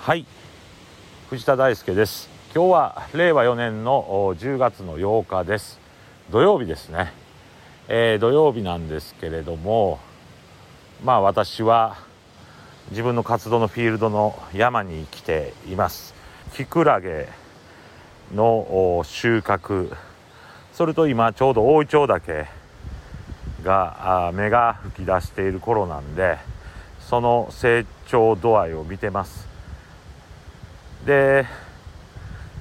はい藤田大輔です今日は令和4年のお10月の8日です土曜日ですね、えー土曜日なんですけれどもまあ私は自分の活動のフィールドの山に来ていますキクラゲのお収穫それと今ちょうど大イチョウ岳があ芽が吹き出している頃なんでその成長度合いを見てますで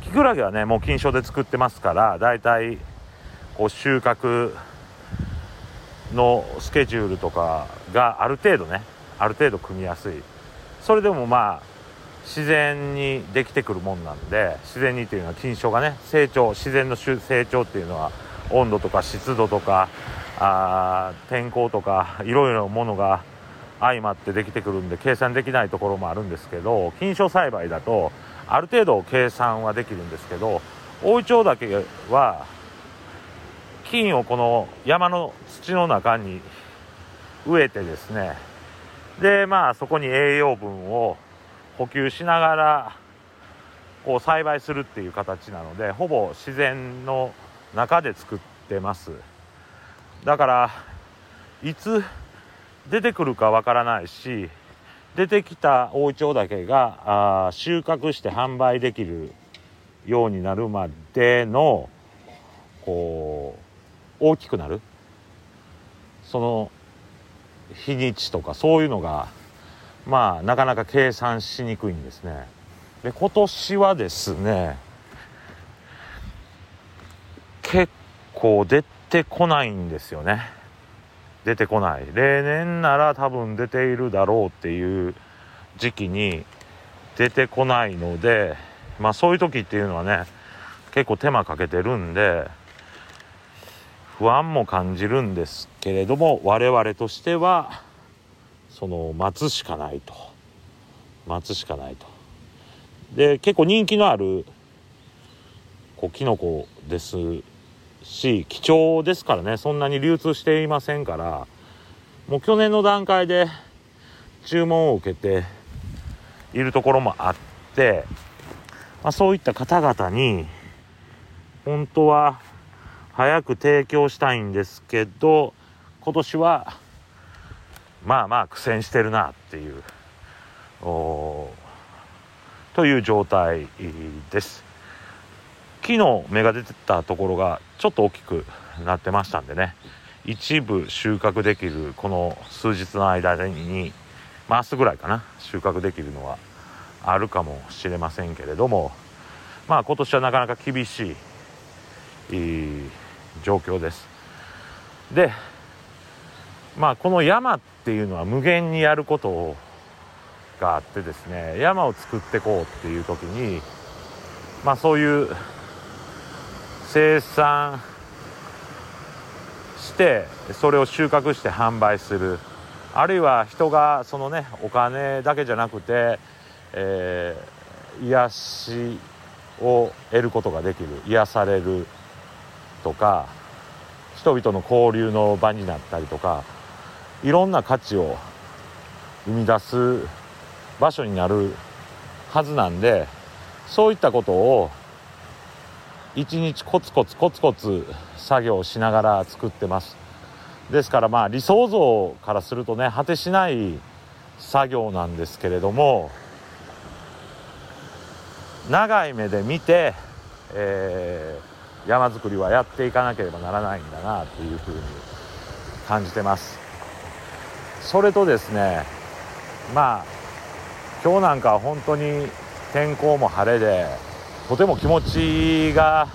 キクラゲはねもう菌床で作ってますからだいたいこう収穫のスケジュールとかがある程度ねある程度組みやすいそれでもまあ自然にできてくるもんなんで自然にというのは菌床がね成長自然の種成長っていうのは温度とか湿度とかあー天候とかいろいろなものが相まってできてくるんで計算できないところもあるんですけど菌床栽培だとある程度計算はできるんですけど大イチョウだけは菌をこの山の土の中に植えてですねでまあそこに栄養分を補給しながらこう栽培するっていう形なのでほぼ自然の中で作ってますだからいつ出てくるかわからないし出てきた大イチョウだけがあー収穫して販売できるようになるまでのこう大きくなるその日にちとかそういうのがまあなかなか計算しにくいんですねで今年はですね結構出てこないんですよね出てこない例年なら多分出ているだろうっていう時期に出てこないのでまあそういう時っていうのはね結構手間かけてるんで不安も感じるんですけれども我々としてはその待つしかないと待つしかないとで結構人気のあるこうキノコですし貴重ですからねそんなに流通していませんからもう去年の段階で注文を受けているところもあって、まあ、そういった方々に本当は早く提供したいんですけど今年はまあまあ苦戦してるなっていうおーという状態です木の芽が出てたところがちょっと大きくなってましたんでね一部収穫できるこの数日の間に、まあ、明日ぐらいかな収穫できるのはあるかもしれませんけれどもまあ今年はなかなか厳しいえー状況ですでまあこの山っていうのは無限にやることがあってですね山を作ってこうっていう時にまあそういう生産してそれを収穫して販売するあるいは人がそのねお金だけじゃなくて、えー癒しを得ることができる癒されるとか人々の交流の場になったりとかいろんな価値を生み出す場所になるはずなんでそういったことを一日コツコツコツコツ作業をしながら作ってますですからまあ理想像からするとね果てしない作業なんですけれども長い目で見て、えー山作りはやっていかなければならないんだなというふうに感じてますそれとですねまあ今日なんかは本当に天候も晴れでとても気持ちが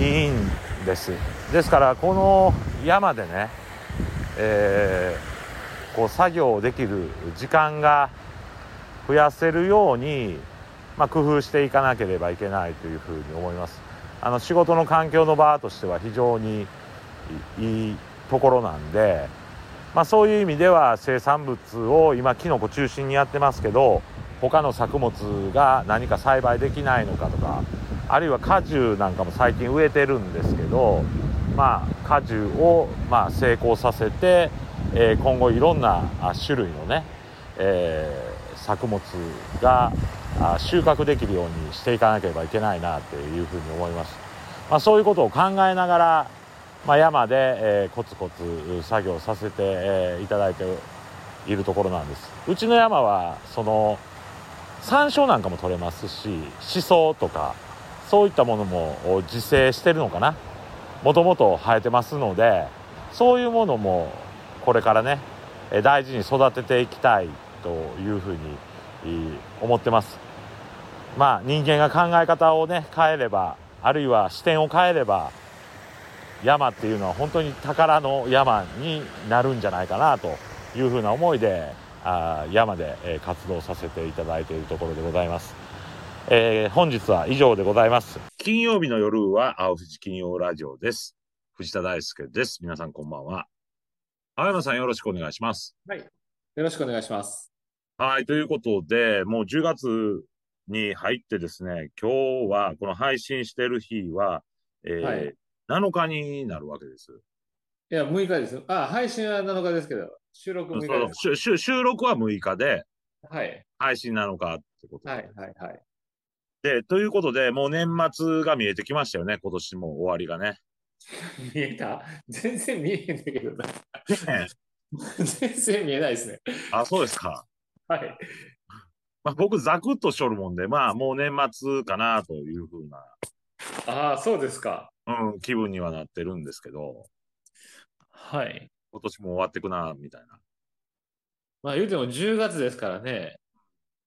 いいんですですからこの山でね、えーこう作業できる時間が増やせるように、まあ、工夫していかなければいけないというふうに思いますあの仕事の環境の場としては非常にいいいところなんで、まあ、そういう意味では生産物を今キノコ中心にやってますけど他の作物が何か栽培できないのかとかあるいは果樹なんかも最近植えてるんですけど、まあ、果樹をまあ成功させて、えー今後いろんなあ種類のね、えー作物があ収穫できるようにしていかなければいけないなっていうふうに思います、まあ、そういうことを考えながら、まあ、山で、えー、コツコツ作業させて、えー、いただいているところなんですうちの山はその山椒なんかも取れますししそとかそういったものも自生してるのかなもともと生えてますのでそういうものもこれからね大事に育てていきたいというふうに思ってますまあ人間が考え方をね変えればあるいは視点を変えれば山っていうのは本当に宝の山になるんじゃないかなというふうな思いであ山で、え活動させていただいているところでございます。えー、本日は以上でございます。金曜日の夜は青藤金曜ラジオです。藤田大輔です。皆さんこんばんは。青山さんよろしくお願いします。はい。よろしくお願いします。はい。ということで、もう10月に入ってですね、今日はこの配信してる日は、えーはい、7日になるわけです。いや、6日です。あ、配信は7日ですけど、収録6日です。収録は6日で、はい。配信7日ってことはい、はい、はい。で、ということで、もう年末が見えてきましたよね、今年も終わりがね。見えた全然見えへんだけどな。全然見えないですね。あ、そうですか。はい。まあ、僕、ざくっとしょるもんで、まあ、もう年末かなというふうな。ああ、そうですか。うん、気分にはなってるんですけど。はい。今年も終わってくな、みたいな。まあ言うても10月ですからね。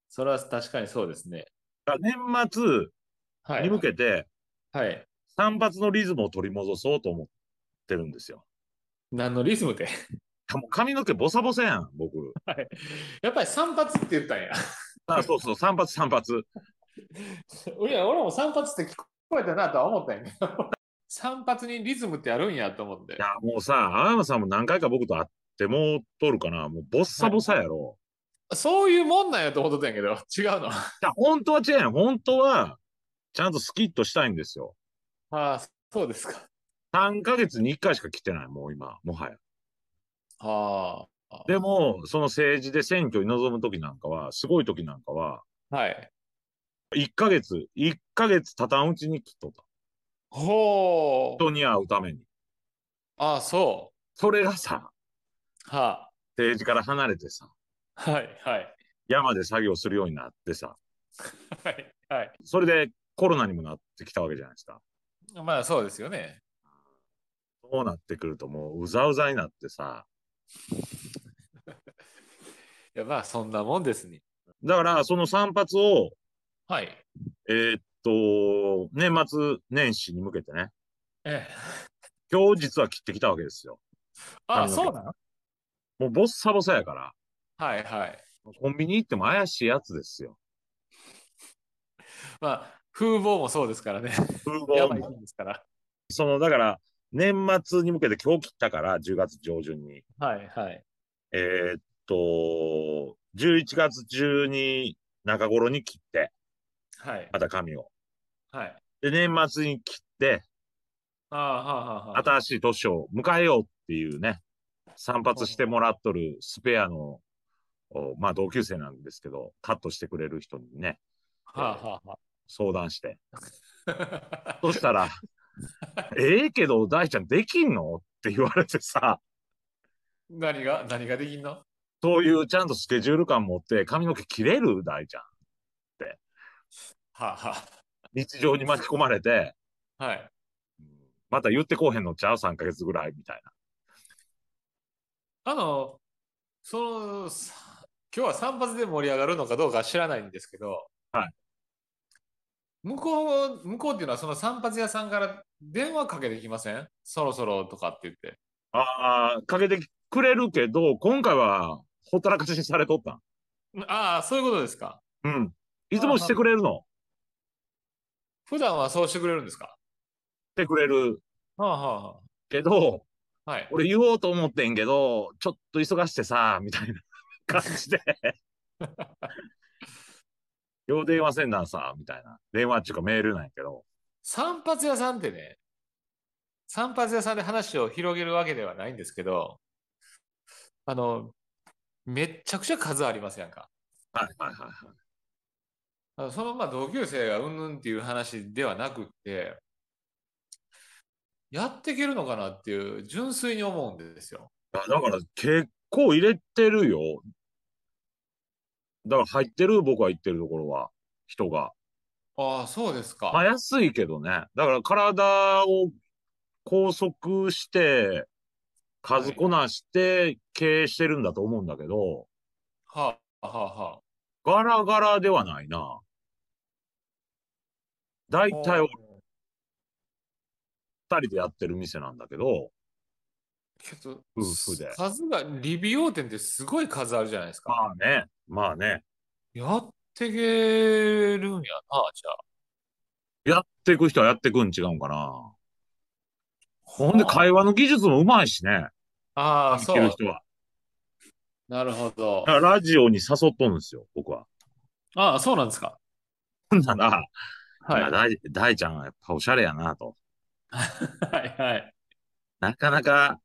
それは確かにそうですね。年末に向けて、はい。散髪のリズムを取り戻そうと思ってるんですよ。何のリズムってもう髪の毛ボサボサやん、僕。はい。やっぱり散髪って言ったんや。 あそうそう、散髪散髪。いや、俺も散髪って聞こえたなとは思ったんやけど。 散髪にリズムってあるんやと思って。いや、もうさ、青山さんも何回か僕と会ってもうとるかな。もうボッサボサやろ。はい、そういうもんなんやと思ってたんやけど、違うの。いや、本当は違うやん。本当は、ちゃんとスキッとしたいんですよ。ああ、そうですか。 3ヶ月に1回しか来てない、もう今、もはや。ああ。でも、その政治で選挙に臨む時なんかは、すごい時なんかは、はい。 1ヶ月、1ヶ月たたんうちに来とった。ほう。人に会うために。ああ、そう。それがさ、はあ。政治から離れてさ、はい、はい。山で作業するようになってさ、はい、はい。それでコロナにもなってきたわけじゃないですか。まあ、そうですよね。そうなってくるともううざうざになってさ。いや、まあ、そんなもんですね。だから、その散髪を、はい。えー、と、年末年始に向けてね。ええ。今日実は切ってきたわけですよ。ああ、そうなのもうボッサボサやから。はいはい。コンビニ行っても怪しいやつですよ。まあ、風貌もそうですからね。風貌も。いですから。その、だから、年末に向けて今日切ったから、10月上旬に。はいはい。えー、っと、11月中に中頃に切って。はい。また髪を。はい。で、年末に切って、ああ、はあ、はあ。新しい年を迎えようっていうね、散髪してもらっとるスペアの、おまあ同級生なんですけど、カットしてくれる人にね、はあはあ、相談して。そしたら、ええけど大ちゃんできんのって言われてさ。 何が何ができんのそういうちゃんとスケジュール感持って髪の毛切れる大ちゃんって。はあ、はあ、日常に巻き込まれて、はい。また言ってこうへんのちゃう ?3 ヶ月ぐらいみたいな。あの、その、今日は散髪で盛り上がるのかどうか知らないんですけど、はい。向こう、向こうっていうのはその散髪屋さんから電話かけてきませんそろそろとかって言って。ああ、かけてくれるけど、今回はほったらかしにされとったああ、そういうことですか。うん。いつもしてくれるの普段はそうしてくれるんですかしてくれる。はあはあ、けど、はい、俺言おうと思ってんけど、ちょっと忙してさ、みたいな 感じ でよう電話せんなんさ、みたいな。電話っていうかメールなんやけど。散髪屋さんってね、散髪屋さんで話を広げるわけではないんですけど、あの、めっちゃくちゃ数ありますやんか。はいはいはいはい。あそのまあ同級生がうんぬんっていう話ではなくって、やっていけるのかなっていう純粋に思うんですよ。あだから結構入れてるよ。だから入ってる、僕は行ってるところは、人が。ああ、そうですか。まあ安いけどね。だから体を拘束して、数こなして経営してるんだと思うんだけど、はあ、はあ、はガラガラではないな。大あ。体あおあ二人でやってる店なんだけど、けど夫婦で数が、理美容店ってすごい数あるじゃないですか。まあね、まあね、やっていけるんやな、じゃあ。やっていく人はやっていくん違うんかな。ほんではあ会話の技術もうまいしね。ああ、聞そけるう。人は。なるほどだ。からラジオに誘っとるんですよ、僕は。ああ、そうなんですか。ほんなら、はいい。やは大大ちゃんはやっぱおしゃれやなと。い、はい。なかなか、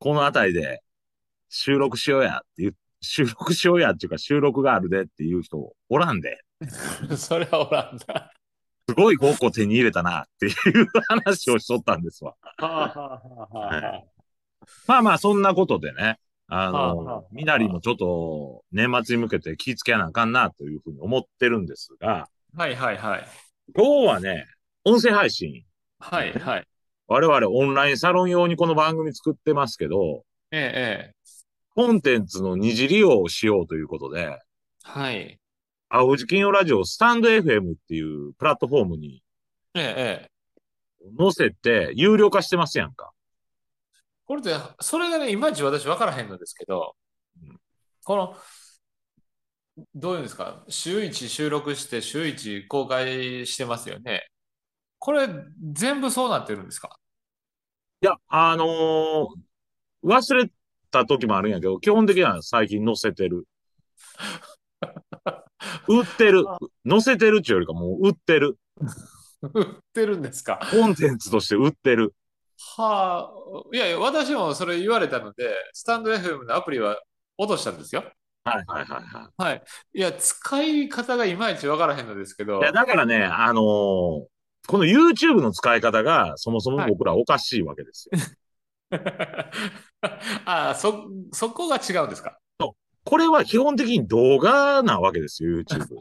この辺りで収録しようやっていう、収録しようやっていうか収録があるでっていう人おらんで、 それはおらんな。すごい5個手に入れたなっていう話をしとったんですわ。はあはあはあはあまあまあ、そんなことでね、あはあはあの、みなりもちょっと年末に向けて気ぃつけなあかんなというふうに思ってるんですが、はいはいはい。今日はね、音声配信、はいはい。我々オンラインサロン用にこの番組作ってますけど、ええええ。コンテンツの二次利用をしようということで、はい。青藤金曜ラジオスタンド FM っていうプラットフォームにええええ。載せて有料化してますやんか。これって、それがね、いまいち私分からへんのですけどうん、この、どういうんですか、週1収録して、週1公開してますよね。これ、全部そうなってるんですかいや、あのー忘れた時もあるんやけど、基本的には最近載せて る。売ってる。載せてるっていうよりかもう売ってる。売ってるんですかコンテンツとして売ってる。はあ、いやいや、私もそれ言われたので、スタンド FM のアプリは落としたんですよ。はいはいはいはいはい。いや、使い方がいまいち分からへんのですけど。いや、だからね、あのーこの YouTube の使い方がそもそも僕らおかしいわけですよ。 ああ、そ、そこが違うんですか。これは基本的に動画なわけですよ、YouTube。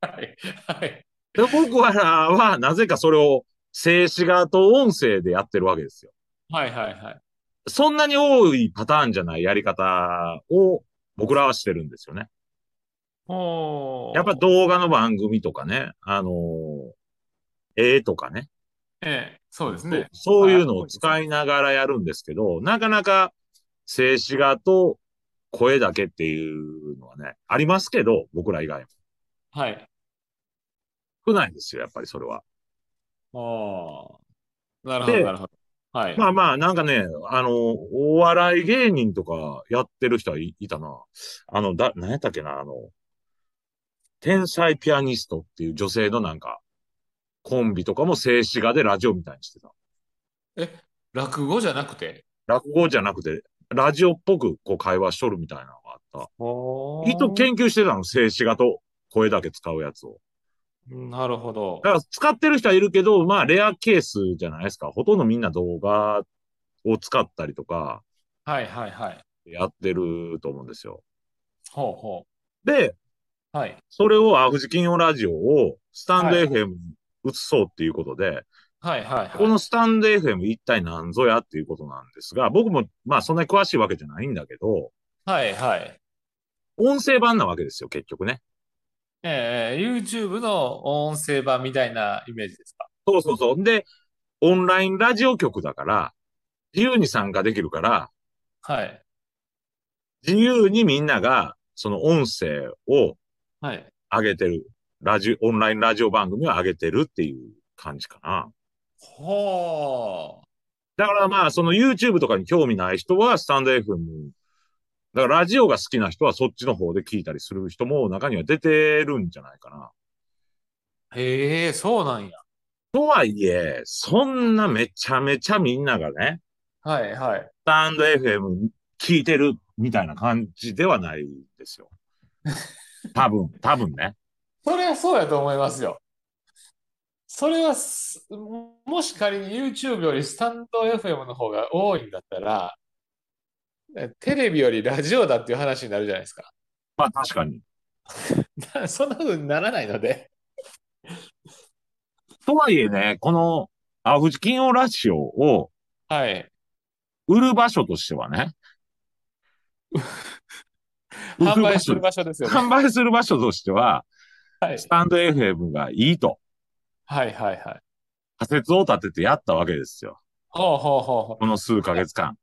はい。はい。で僕らはなぜかそれを静止画と音声でやってるわけですよ。はいはいはい。そんなに多いパターンじゃないやり方を僕らはしてるんですよね。おーやっぱ動画の番組とかね、あのー絵とかねええ、そうですね。そういうのを使いながらやるんですけど、なかなか静止画と声だけっていうのはね、ありますけど、僕ら以外も。はい。少ないんですよ、やっぱりそれは。おーなるほど、でなるほど。は い。まあまあ、なんかね、あの、お笑い芸人とかやってる人はい、いたな。あの、だ、何やったっけな、あの、天才ピアニストっていう女性のなんか、コンビとかも静止画でラジオみたいにしてた。落語じゃなくて。落語じゃなくて、ラジオっぽくこう会話しとるみたいなのがあっおた。と研究してたの、静止画と声だけ使うやつを。なるほどだ。から使ってる人はいるけど、まあレアケースじゃないですか。ほとんどみんな動画を使ったりとか、はいはいはい。やってると思うんですよ。ほうほで、う。はい。それを、あ、富士金曜ラジオを、スタンドはい FM に移そうっていうことで、はいはいこはのスタンド FM 一体何ぞやっていうことなんですが、僕も、まあそんなに詳しいわけじゃないんだけど、い。はいはい。音声版なわけですよ、結局ね。ええ、YouTube の音声版みたいなイメージですか。そうそうそう。で、オンラインラジオ局だから、自由に参加できるから、はい。自由にみんなが、その音声をはい。上げてる。ラジオ、オンラインラジオ番組を上げてるっていう感じかな。ほう。だからまあ、その YouTube とかに興味ない人は、スタンド FM。だからラジオが好きな人はそっちの方で聞いたりする人も中には出てるんじゃないかな。へえ、そうなんや。とはいえ、そんなめちゃめちゃみんながね、はいはい。スタ ンド FM 聞いてるみたいな感じではないんですよ。多分、多分ね。それはそうやと思いますよ。それはす、もし仮に YouTube よりスタンド FM の方が多いんだったら、テレビよりラジオだっていう話になるじゃないですか。まあ確かに。な そんなことにならないので。とはいえね、この、青富士金曜ラジオをはい。売る場所としてはね。 販売すするる場所ですよ ね。販売する場所としては、はい。スタンド FM がいいと、はいはいはい。仮説を立ててやったわけですよ。ほうほうほうほう。この数ヶ月間。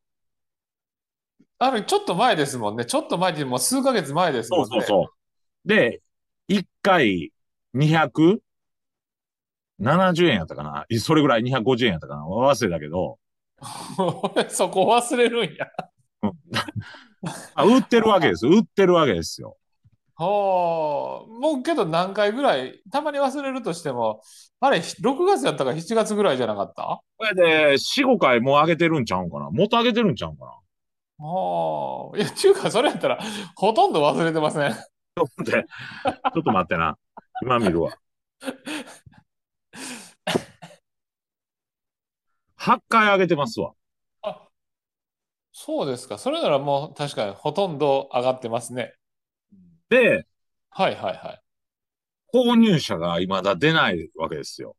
ある、ちょっと前ですもんね。ちょっと前ってもう数ヶ月前ですそもうんそうね。そう。で、1回270円やったかな。いそれぐらい250円やったかな。忘れたけど、俺 そこ忘れるんや。あ売ってるわけです。売ってるわけですよ。ほう。もうけど何回ぐらい、たまに忘れるとしても、あれ、ひ6月やったか7月ぐらいじゃなかったこれで、4、5回もう上げてるんちゃうんかな。もっと上げてるんちゃうんかな。ほう。いや、ちゅうか、それやったら、ほとんど忘れてません。ちょっと待って、ちょっと待ってな。今見るわ。8回上げてますわ。そうですか。それならもう確かにほとんど上がってますね。で、はいはいはい。購入者が未だ出ないわけですよ。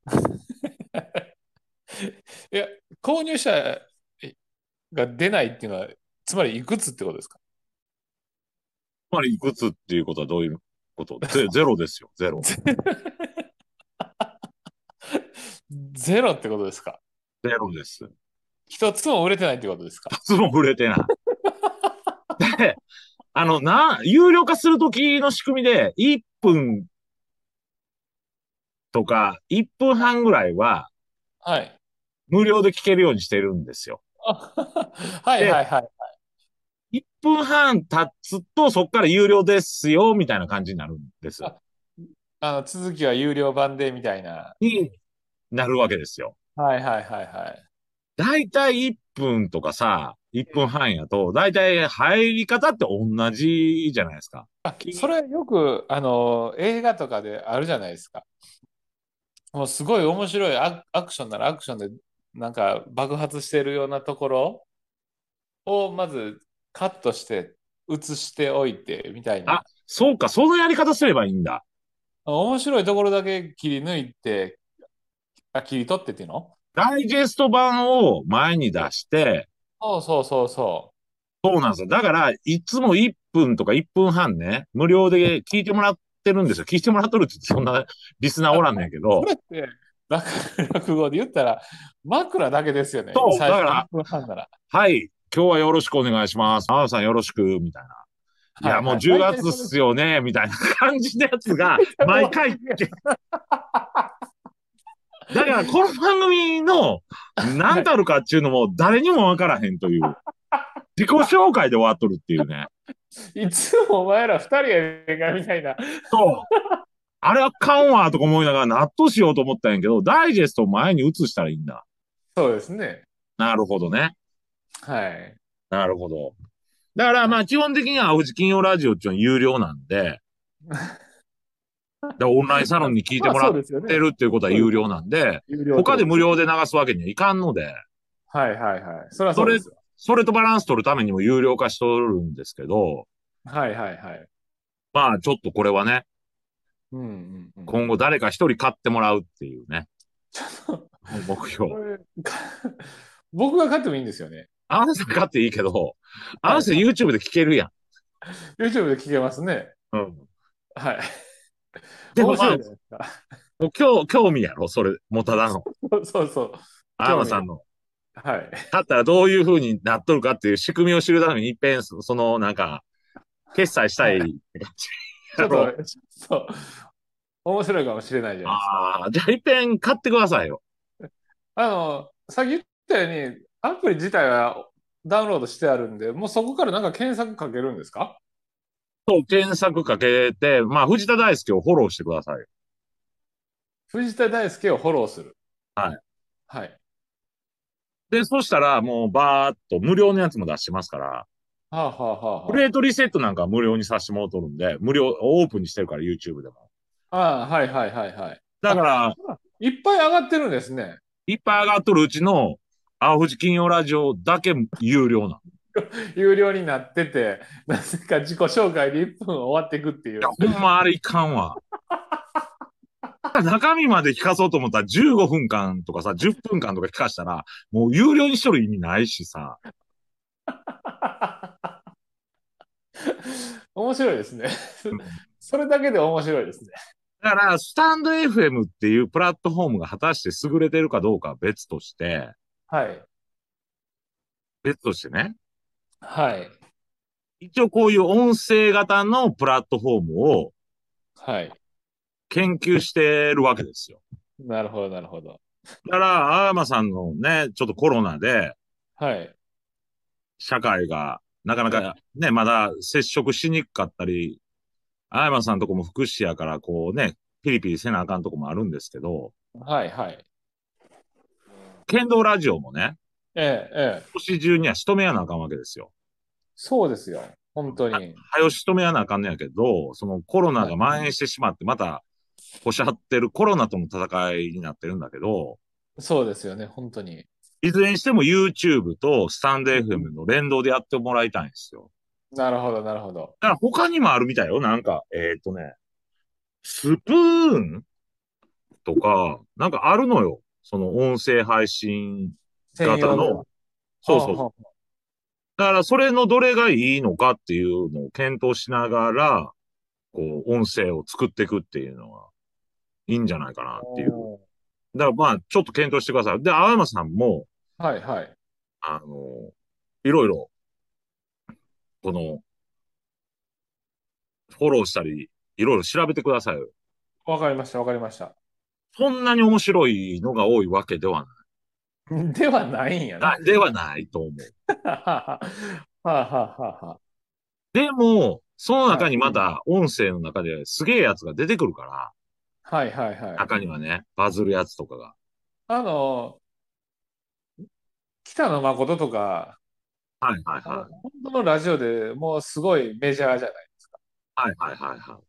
いや、購入者が出ないっていうのは、つまりいくつってことですかつまりいくつっていうことはどういう ことゼゼロですよ、ゼロ。ゼロってことですかゼロです。一つも売れてないってことですか一つも触れてない。 で、あの、な、有料化するときの仕組みで、1分とか、1分半ぐらいは はい。無料で聞けるようにしてるんですよ。はいはいはい。 1分半経つと、そこから有料ですよ、みたいな感じになるんです。あの続きは有料版でみたいな。になるわけですよ。はいはいはいはい。だいたい1分とかさ、1分半やと、だいたい入り方って同じじゃないですか。あそれよくあの映画とかであるじゃないですか。もうすごい面白いアアクションならアクションでなんか爆発してるようなところをまずカットして映しておいてみたいな。そうか、そのやり方すればいいんだ。面白いところだけ切り抜いて、あ、切り取ってっていうのダイジェスト版を前に出して、そうそうそうそそうなんですよ。だから、いつも1分とか1分半ね、無料で聞いてもらってるんですよ。聞いてもらっとるって言ってそんなリスナーおらんねんけどう。こ。れって、落落語で言ったら枕だけですよね。そう最初だから1分半なら。はい、今日はよろしくお願いします。マウさんよろしく、みたいな。いはや、いもうはい10月っすよね、みたいな感じのやつが、毎回言って。だから、この番組の何たるかっていうのも誰にもわからへんという。自己紹介で終わっとるっていうね。いつもお前ら二人やねんかみたいな。そう。あれあかんわ、とか思いながら納豆しようと思ったんやけど、ダイジェストを前に移したらいいんだ。そうですね。なるほどね。はい。なるほど。だからまあ基本的には青藤金曜ラジオっていうのは有料なん で、だからオンラインサロンに聞いてもらっまあそうですよてね。るっていうことは有料なんで、有料他で無料で流すわけにはいかんので、はいはいはい。それはそうですよ。それとバランス取るためにも有料化しとるんですけど、はいはいはい。まあちょっとこれはね、うんうんうん。今後誰か一人買ってもらうっていうね、目標こ。れか僕が買ってもいいんですよね。あなた買っていいけど、あなた YouTube で聞けるや YouTube で聞けますね。ん。うん。はい。でも面白まあいじゃないですか。もう今日、興味やろ、それ、もうただの。そうそうそう。アーマさんの。はい。だったらどういう風になっとるかっていう仕組みを知るために一遍、そその、なんか、決済したい。ちょっと、そう。面白いかもしれないじゃないですか。ああ、じゃあ一遍買ってくださいよ。あの、さっき言ったように、アプリ自体はダウンロードしてあるんで、もうそこからなんか検索かけるんですかそう、検索かけて、まあ、藤田大輔をフォローしてくださいよ。藤田大輔をフォローする。はい。はい。で、そしたら、もう、バーっと無料のやつも出してますから、はあはあはあはあ。プレートリセットなんか無料にさせてもらうとるんで、無料、オープンにしてるから、YouTube でも。ああ、はいはいはいはい。だから、いっぱい上がってるんですね。いっぱい上がっとるうちの、青藤金曜ラジオだけ有料な有料になってて、なぜか自己紹介で1分終わっていくっていう。 の。いや、ほんまあれいかんわ。 中身まで聞かそうと思ったら15分間とかさ、10分間とか聞かしたら、もう有料にしとる意味ないしさ。面白いですね。それだけで面白いですね。だから、スタンド FM っていうプラットフォームが果たして優れてるかどうかは別として、はい。別としてね、はい。一応こういう音声型のプラットフォームをはい。研究してるわけですよ。なるほど、なるほど。だから、青山さんのね、ちょっとコロナで、はい。社会が、なかなかね、まだ接触しにくかったり、青山さんとこも福祉やから、こうね、ピリピリせなあかんとこもあるんですけど、はい、はい。剣道ラジオもね、ええ、ええ。今年中には仕留めやなあかんわけですよ。そうですよ。本当に。はよ仕留めやなあかんねやけど、そのコロナが蔓延してしまって、また、こしゃってるコロナとの戦いになってるんだけど、そうですよね。本当に。いずれにしても YouTube とスタンド FM の連動でやってもらいたいんですよ。なるほど、なるほど。だから他にもあるみたいよ。なんか、えーっ、とね、スプーンとか、なんかあるのよ。その音声配信。専用のそうそうはだからそれのどれがいいのかっていうのを検討しながら、こう、音声を作っていくっていうのがいいんじゃないかなっていう。だからまあ、ちょっと検討してください。で、青山さんも、あはあはい、はい。あの、いろいろ、この、フォローしたり、いろいろ調べてくださいよ。わかりました、わかりました。そんなに面白いのが多いわけでは ではないんやな。ない。ではないと思う。はあ、はあ、はあ、はあ。でも、その中にまた音声の中ですげえやつが出てくるかはい、はい、はいら、。中にはね、バズるやつとかが。あの、北野誠とか、はいはいはい。本当のラジオでもうすごいメジャーじゃない。はいはいはいはい。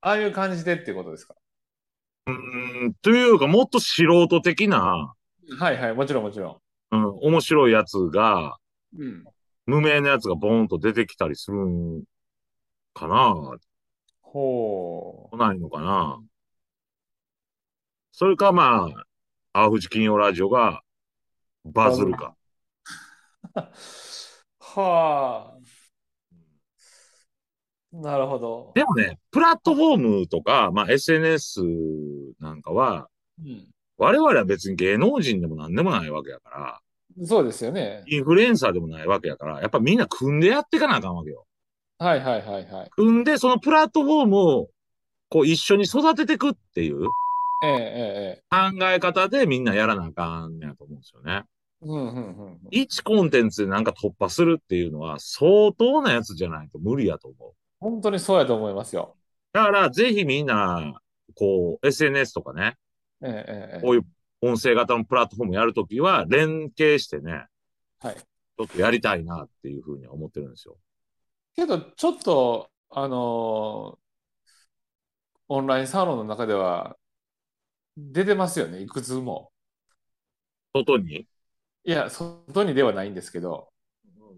ああいう感じでってことですか。うーん、というか、もっと素人的な、はいはい、もちろんもちろうん、面白いやつが、ん。うん。無名なやつがボーンと出てきたりするんかなほ来ないのかなそれかまあ、青藤金曜ラジオがバズるか。う。はあ。なるほど。でもね、プラットフォームとか、まあ SNS なんかは、う我々は別に芸能人でも何でもないわけやから、ん、そうですよね。インフルエンサーでもないわけやから、やっぱみんな組んでやっていかなあかんわけよ。はいはいはいはい。組んで、そのプラットフォームを、こう一緒に育ててくっていうええええええ。考え方でみんなやらなあかんねやと思うんですよね。うんうんうんうん。一コンテンツでなんか突破するっていうのは相当なやつじゃないと無理やと思う。本当にそうやと思いますよ。だから、ぜひみんな、こう、SNS とかね、ええええこういう音声型のプラットフォームやるときは、連携してね、はいちょっとやりたいなっていうふうには思ってるんですよ。けど、ちょっと、あのーオンラインサロンの中では、出てますよね、いくつも。外に。いや、外にではないんですけど、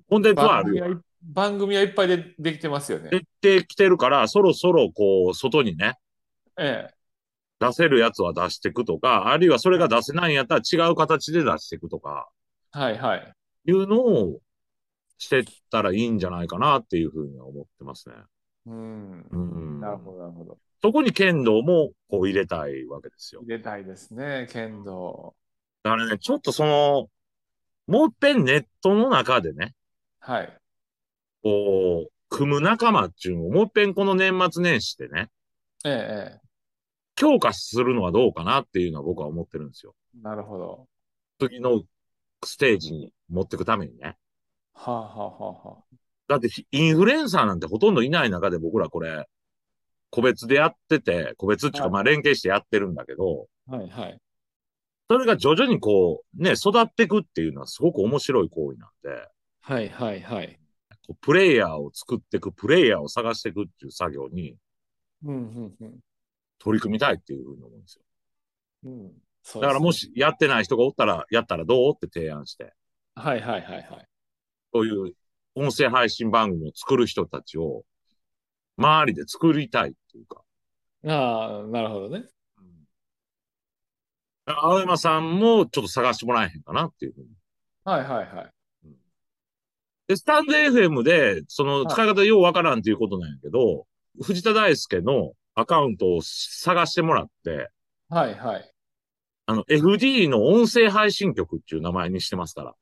コンテンツはあ番る組よ。はい番組はいっぱいでできてますよね。出てきてるから、そろそろこう、外にね、ええ、出せるやつは出していくとか、あるいはそれが出せないんやったら違う形で出していくとか、はいはい。いうのをしてったらいいんじゃないかなっていうふうには思ってますね。うん。うん。なるほど、なるほど。そこに剣道もこう入れたいわけですよ入。れたいですね、剣道。だからね、ちょっとその、もう一遍ネットの中でね、はい。こう、組む仲間っていうのをもう一遍この年末年始でね、ええ、え強化するのはどうかなっていうのは僕は思ってるんですよ。え、なるほど。次のステージに持っていくためにね。はあ、はあはあはあ、だってひインフルエンサーなんてほとんどいない中で僕らこれ、個別でやってて、個別っていうかはいまあ連携してやってるんだけど、はいはい。それが徐々にこう、ね、育っていくっていうのはすごく面白い行為なんで、はいはいはい。こうプレイヤーを作っていく、プレイヤーを探していくっていう作業にうんうん取り組みたいっていうふうに思うんですよ。うん。うん。そうですねだからも。しやってない人がおったら、やったらどうって提案して、はいはいはいはい。こういう音声配信番組を作る人たちを、周りで作りたいっていうか。ああ、なるほどね。だから青山さんもちょっと探してもらえへんかなっていうふうに。はいはいはい。で、スタンド FM で、その使い方ようわからんっていうことなんやけど、藤田大輔のアカウントを探してもらって、はいはい。あの、FD の音声配信局っていう名前にしてますから。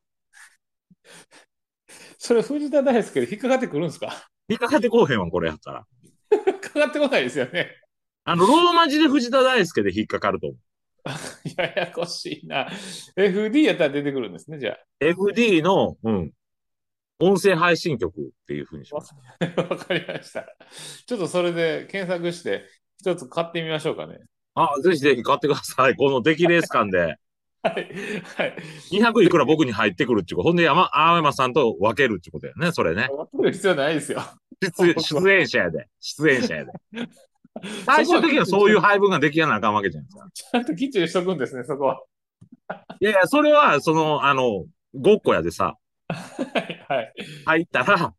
それ藤田大輔で引っかかってくるんですか 引っかかってこうへんわ、これやったら。引っかかってこないですよね。 あの、ローマ字で藤田大輔で引っかかると思う。ややこしいな。FD やったら出てくるんですね、じゃ FD の、うん、音声配信局っていうふうにします。あ。 わかりました。ちょっとそれで検索して、一つ買ってみましょうかね。あ、ぜひぜひ買ってください。この出来レース感で。はい。はい。 200いくら僕に入ってくるっていうこと。ほんで山、青山さんと分けるってことやね、それね。分ける必要ないですよ。 出出演者やで。出演者やで。 最終的にはそういう配分が出来上がらなあかんわけじゃないですか。ちゃんときっちりしとくんですね、そこは。 いやいや、それは、その、あの、5個やでさ、はい。はい。入ったら、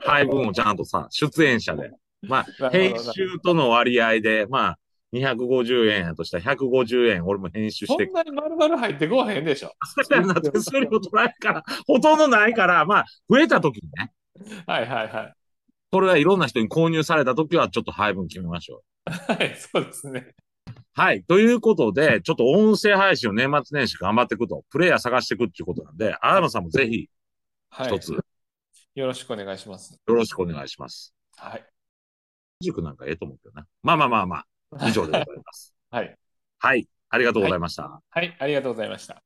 配分をちゃんとさ、出演者で。まあ、なる編ほど集との割合で、まあ、250円やとしたら150円俺も編集しそてん、なに丸々入ってこうへんでしょ。そんな手数料取らないから、ほとんどないから、まあ、増えた時にね、はいはいはい。これはいろんな人に購入された時はちょっと配分決めましょう。はい、そうですね。はい。ということで、ちょっと音声配信を年末年始頑張っていくと、プレイヤー探していくっていうことなんで、アーノさんもぜひはい。一つよよろしくお願いします。ろしくお願いします。はい。塾なんかええと思うけどな。まあまあまあまあ、以上でございます。はい。はい。ありがとうございました。はい、ありがとうございました。